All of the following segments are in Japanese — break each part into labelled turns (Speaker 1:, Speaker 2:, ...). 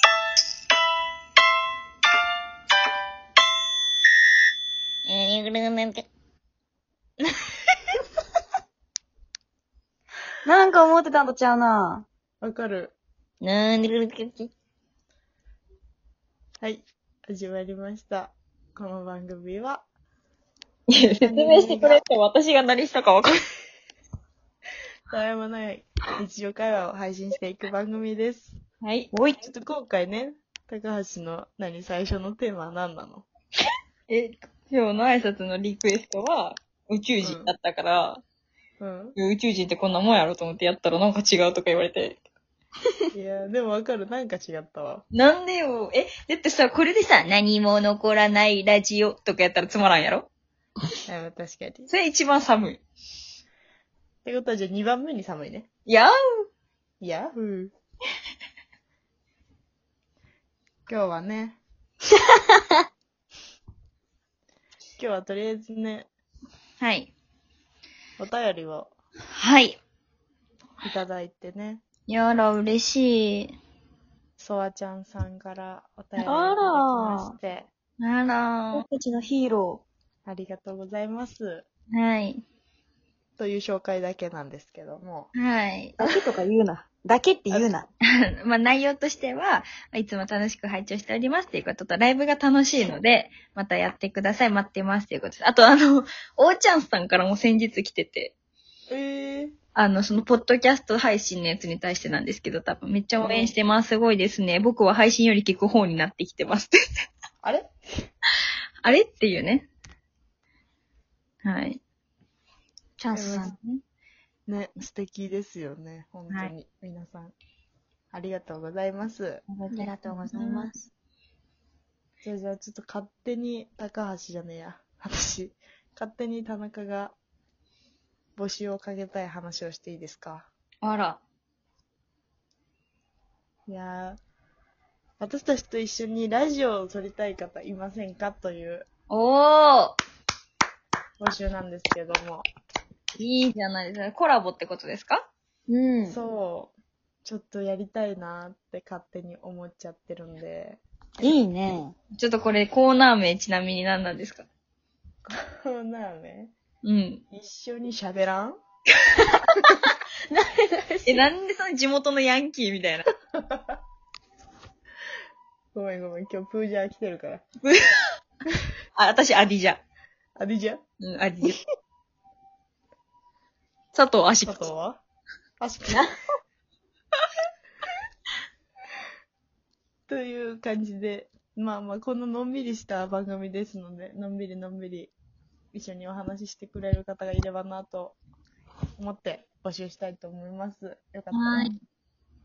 Speaker 1: なんか思ってたんとちゃうな。
Speaker 2: わかる。はい。始まりました。この番組は、
Speaker 1: 説
Speaker 2: 明してくれ
Speaker 1: て私が何したかわかんない。
Speaker 2: たわいもない日常会話を配信していく番組です。
Speaker 1: はい。おい。
Speaker 2: ちょっと今回ね、高橋の何最初のテーマは何なの
Speaker 1: え、今日の挨拶のリクエストは、宇宙人だったから、
Speaker 2: うん。
Speaker 1: 宇宙人ってこんなもんやろと思ってやったらなんか違うとか言われて。
Speaker 2: いや、でもわかる。なんか違ったわ。
Speaker 1: なんでよ。え、だってさ、これでさ、何も残らないラジオとかやったらつまらんやろ
Speaker 2: うん、確かに。っ
Speaker 1: それ一番寒い。
Speaker 2: てことはじゃあ2番目に寒いね。
Speaker 1: いや
Speaker 2: いやうん。今日はね。 今日はとりあえずね、
Speaker 1: はい。
Speaker 2: お便りを
Speaker 1: はい。
Speaker 2: いただいてね。
Speaker 1: やら、嬉しい。
Speaker 2: ソワちゃんさんからお便りをいただきまして、
Speaker 1: あら
Speaker 3: 僕たちのヒーロ
Speaker 2: ありがとうございます。
Speaker 1: はい。
Speaker 2: という紹介だけなんですけども。
Speaker 1: はい。
Speaker 3: ー。だけとか言うな。だけって言うな。
Speaker 1: まあ内容としては、いつも楽しく拝聴しておりますっていうことと、ライブが楽しいので、またやってください、待ってますっていうことです。あと、あの、おーちゃんさんからも先日来てて、
Speaker 2: ええ
Speaker 1: あの、その、ポッドキャスト配信のやつに対してなんですけど、多分、めっちゃ応援してます。すごいですね。僕は配信より聞く方になってきてます。
Speaker 2: あれ
Speaker 1: あれっていうね。はい。チャンスさんね。
Speaker 2: ね、素敵ですよね。本当に、
Speaker 1: は
Speaker 2: 皆さん。ありがとうございます。
Speaker 1: あ。
Speaker 3: ありがとうございますす。
Speaker 2: じゃあじゃあちょっと勝手に、高橋じゃねえや。私、勝手に田中が募集をかけたい話をしていいですか
Speaker 1: あら。
Speaker 2: いやー、私たちと一緒にラジオを撮りたい方いませんかという
Speaker 1: おー
Speaker 2: 募集なんですけども。
Speaker 1: いいじゃないですか。コラボってことですか
Speaker 3: うん。
Speaker 2: そう。ちょっとやりたいなーって勝手に思っちゃってるんで。
Speaker 3: いいね。
Speaker 1: ちょっとこれコーナー名ちなみに何なんですか
Speaker 2: コーナーね。
Speaker 1: うん。
Speaker 2: 一緒に喋ら ん
Speaker 1: え、なんでその地元のヤンキーみたいな。
Speaker 2: ごめんごめん。今日プージャー来てるから。
Speaker 1: あ、私アディジャ。
Speaker 2: あれじゃ
Speaker 1: うん、アディジャ。佐藤アシ
Speaker 2: あ
Speaker 1: カ。
Speaker 2: とはあしという感じで、まあまあ、こののんびりした番組ですので、のんびりのんびり一緒にお話ししてくれる方がいればなと思って募集したいと思います。よかったら、
Speaker 3: はい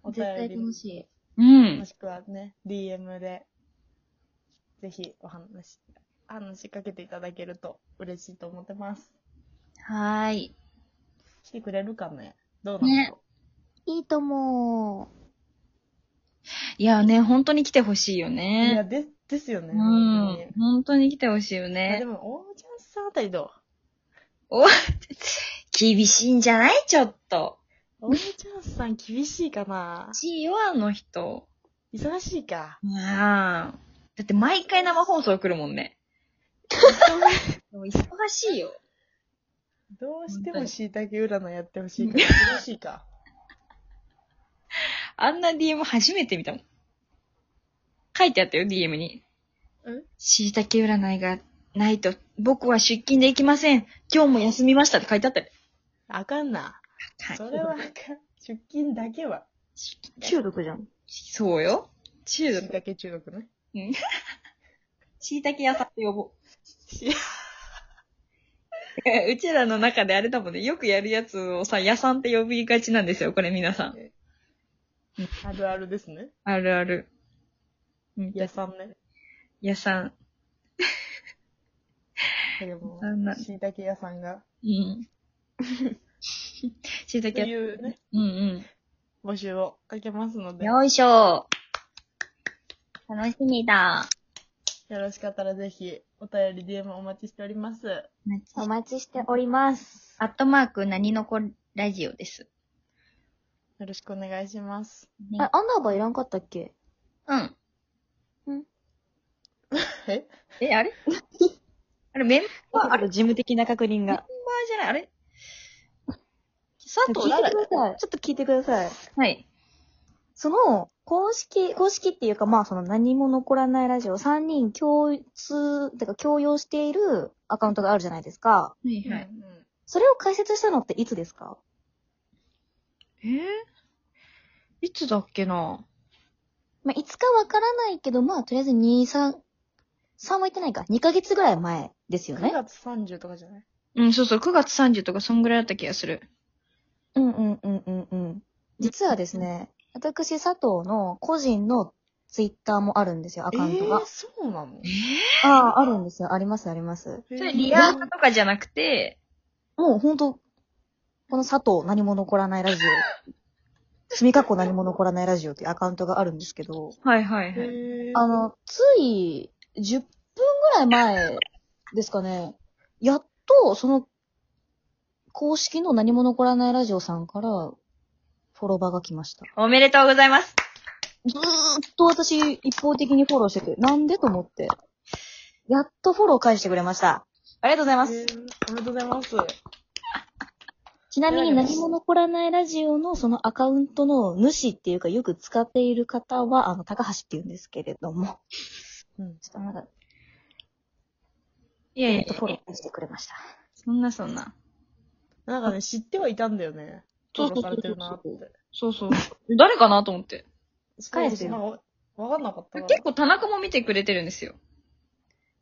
Speaker 2: お便り
Speaker 3: しい。
Speaker 1: うん
Speaker 2: も。しくはね、DM で、ぜひお話し、話しかけていただけると嬉しいと思ってます。
Speaker 1: はーい。
Speaker 2: 来てくれるかねどうなの、
Speaker 1: ね
Speaker 3: いいと思
Speaker 1: いやね、本当に来てほしいよ
Speaker 2: い
Speaker 1: ね。
Speaker 2: や、で、ですよね。
Speaker 1: う
Speaker 2: 本当に
Speaker 1: ん。本当に来てほしいよ
Speaker 2: まあで
Speaker 1: ね。
Speaker 2: も、おーちゃんさんあたりど
Speaker 1: 厳しいんじゃないちょっと。
Speaker 2: うおーちゃんさん厳しいかな
Speaker 1: ちいよ、あの人。
Speaker 2: 忙し いか。
Speaker 1: まあ。だって毎回生放送来るもんね。でも忙しいよ。
Speaker 2: どうしても椎茸占いやってほしいから、忙しいか。
Speaker 1: あんな DM 初めて見たもん。書いてあったよ、DM に。
Speaker 2: うん
Speaker 1: 椎茸占いがないと、僕は出勤できません。今日も休みましたって書いてあったよ。
Speaker 2: あかんな。
Speaker 1: はい
Speaker 2: それはあかん。出勤だけは。
Speaker 3: う。中毒じゃん。
Speaker 1: そうよ。中
Speaker 2: 椎
Speaker 1: 毒。
Speaker 2: 茸中毒ね。
Speaker 1: 椎茸屋さんって呼ぼ
Speaker 2: し
Speaker 1: う。うちらの中であれだもんね、よくやるやつをさ、屋さんって呼びがちなんですよ、これ皆さん。
Speaker 2: あるあるですね。
Speaker 1: あるある。うん
Speaker 2: 屋さんね。
Speaker 1: 屋さん。
Speaker 2: だけども
Speaker 1: あんな、
Speaker 2: 椎茸屋さんが。
Speaker 1: うん。椎
Speaker 2: と
Speaker 1: 茸屋
Speaker 2: いうね、
Speaker 1: うんうん。
Speaker 2: 募集をかけますので、よ
Speaker 1: よいしょ楽しみだ。
Speaker 2: ろしかったらぜひ、お便り DM お待ちしております。
Speaker 3: お待ちしております。
Speaker 1: アットマーク、何のこラジオです。
Speaker 2: よろしくお願いします。
Speaker 3: あ、アンダーバーいらんかったっけ
Speaker 1: うん。
Speaker 2: え
Speaker 1: え、あれあれ、メンバー、あ
Speaker 4: あ
Speaker 1: れ、メンバー
Speaker 4: る事務的な確認が。
Speaker 1: じゃないあれ佐
Speaker 3: 聞
Speaker 1: 藤
Speaker 3: い
Speaker 1: ら
Speaker 3: て
Speaker 1: ら
Speaker 3: ください。ちょっと聞いてください。
Speaker 1: はい。
Speaker 3: その、公式、公式っていうか、まあ、その何も残らないラジオ、3人共通、てか共用しているアカウントがあるじゃないですか。
Speaker 1: はい
Speaker 2: うん
Speaker 1: は
Speaker 2: う
Speaker 1: い。
Speaker 2: ん
Speaker 3: それを開設したのっていつですか
Speaker 4: えー、いつだっけな
Speaker 3: まあ、いつかわからないけど、まあ、とりあえず2、3、3は言ってないか。2ヶ月ぐらい前ですよ
Speaker 2: 9
Speaker 3: ね。
Speaker 2: 月30とかじゃない
Speaker 4: うん、そうそう、9月30とかそんぐらいだった気がする。
Speaker 3: うんうんうんうんうん。実はですね、私、佐藤の個人のツイッターもあるんですよ、ア
Speaker 2: え
Speaker 3: カウントが
Speaker 2: ー、。そうなの
Speaker 3: ああ、あるんですよ。ありますあります。
Speaker 1: それ、リアーとかじゃなくて、
Speaker 3: もうほんと、この佐藤何も残らないラジオ、すみかっこ何も残らないラジオっていうアカウントがあるんですけど、
Speaker 1: はいはいはい。
Speaker 2: えー
Speaker 3: あの、つい10分ぐらい前ですかね、やっとその公式の何も残らないラジオさんからフォロバーが来ました。
Speaker 1: おめでとうございます。
Speaker 3: ずーっと私一方的にフォローしてて、なんでと思って、やっとフォロー返してくれました。ありがとうございます。
Speaker 2: えーおめでとうございます。
Speaker 3: ちなみに何も残らないラジオのそのアカウントの主っていうかよく使っている方は、あの、高橋って言うんですけれども。
Speaker 2: うん
Speaker 3: ちょっとなんか、
Speaker 1: いやいや
Speaker 3: えっと、フォローしてくれました。
Speaker 1: そんなそんな。
Speaker 2: なんかね、知ってはいたんだよね。
Speaker 4: そう
Speaker 2: 登録されてるなって。
Speaker 4: そうそう。誰かなと思って。
Speaker 2: そう
Speaker 3: 返すよ
Speaker 2: なんかわかんなかったから
Speaker 1: 結構田中も見てくれてるんですよ。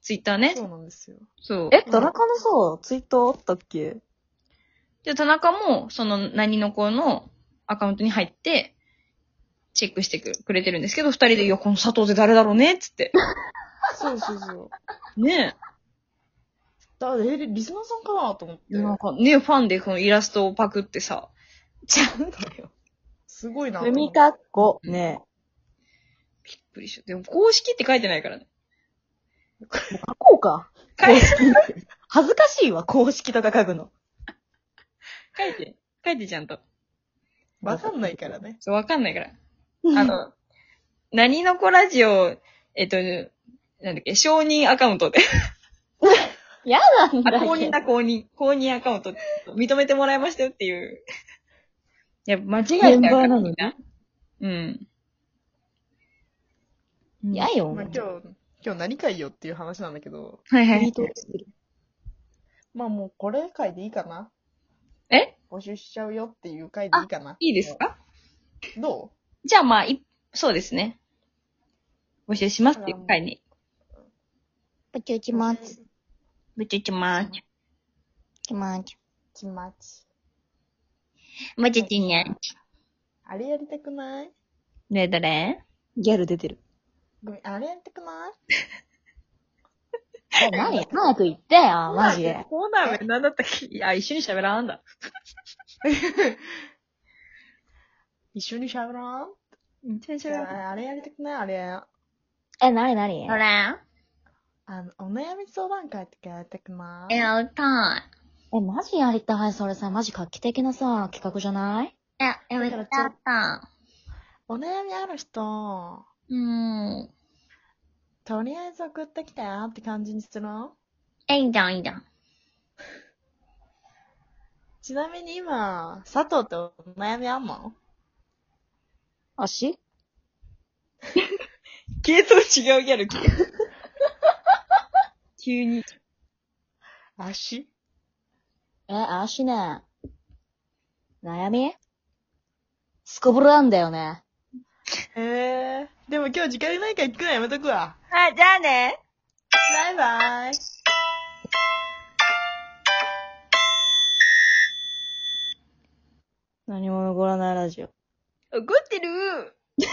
Speaker 1: ツイッターね。
Speaker 2: そうなんですよ。
Speaker 1: そう。
Speaker 3: え、田中のさ、ツイッターあったっけ
Speaker 1: で、田中も、その、何の子のアカウントに入って、チェックしてくくれてるんですけど、二人で、いや、この佐藤で誰だろうねっつ って。
Speaker 2: そうそうそう。
Speaker 1: ね
Speaker 2: だえ、リスナーさんかなと思って。
Speaker 1: え。なんか、ねファンでこのイラストをパクってさ、ちゃうんだよ。
Speaker 2: すごいなと
Speaker 3: す
Speaker 2: 思っ
Speaker 3: み
Speaker 2: て。
Speaker 3: かっこ、ね
Speaker 1: びっくりした。でも、公式って書いてないからね。
Speaker 3: え。書こうか。
Speaker 1: 書いて、
Speaker 3: 恥ずかしいわ、公式とか書くの。
Speaker 1: 書いて、書いてちゃんと。
Speaker 2: わかんないからね。
Speaker 1: そう、わかんないから。あの、何の子ラジオ、えっと、なんだっけ、承認アカウントで。
Speaker 3: 嫌なんだけど。
Speaker 1: 公認だ、公認。公認アカウント。認めてもらいましたよっていう。いや、間違えた
Speaker 3: メンバ
Speaker 1: か
Speaker 3: ー
Speaker 1: ら
Speaker 3: なの
Speaker 1: み
Speaker 3: に
Speaker 1: んな。うん。
Speaker 3: 嫌よ。
Speaker 2: まあ今日、今日何回よっていう話なんだけど、
Speaker 1: はいは
Speaker 3: ツイ
Speaker 1: い
Speaker 3: ー。トしてる
Speaker 2: まあもうこれ回でいいかな
Speaker 1: え
Speaker 2: 募集しちゃうよっていう回でいいかないい
Speaker 1: いですか
Speaker 2: ど
Speaker 1: じゃあまあ、い、そうですね。募集しますっていう回に。
Speaker 3: パチ打ち
Speaker 2: う
Speaker 3: ま
Speaker 2: し
Speaker 3: す。
Speaker 1: ぶち打ちまーす。
Speaker 3: きまーす。
Speaker 2: ちまち。
Speaker 1: ぶち打ちにゃん。
Speaker 2: あれやりたくない
Speaker 1: ねえ、どれ
Speaker 3: ギャル出てる。
Speaker 2: ごめん、あれやりたくない
Speaker 3: お前何早く言って よ、マジで。
Speaker 1: コーナー名なんだったっけいや、一緒に喋らんだ。
Speaker 2: 一緒に喋らん
Speaker 1: 一緒に
Speaker 2: じゃあ、あれやりたくないあれ。
Speaker 3: え、なになに
Speaker 1: どれ
Speaker 2: あの、お悩み相談会とかやりたくない
Speaker 1: え、歌い。
Speaker 3: え、マジやりたいそれさ、マジ画期的なさ、企画じゃない
Speaker 1: え、やめちゃった。
Speaker 2: お悩みある人、
Speaker 1: うん。
Speaker 2: とりあえず送ってきてって感じにする
Speaker 1: え、いいじゃん、いいじゃん。
Speaker 2: ちなみに今、佐藤ってお悩みあんの
Speaker 3: 足
Speaker 1: 系統違うギャル。 急に。
Speaker 2: 足
Speaker 3: え、足ね。悩みすこぶるなんだよね。
Speaker 2: へえー。でも今日時間ないから聞くのやめとくわ。
Speaker 1: あ、じゃあね。
Speaker 2: バイバイ。
Speaker 3: 何も残らないラジオ。
Speaker 1: 怒ってる
Speaker 2: ゲル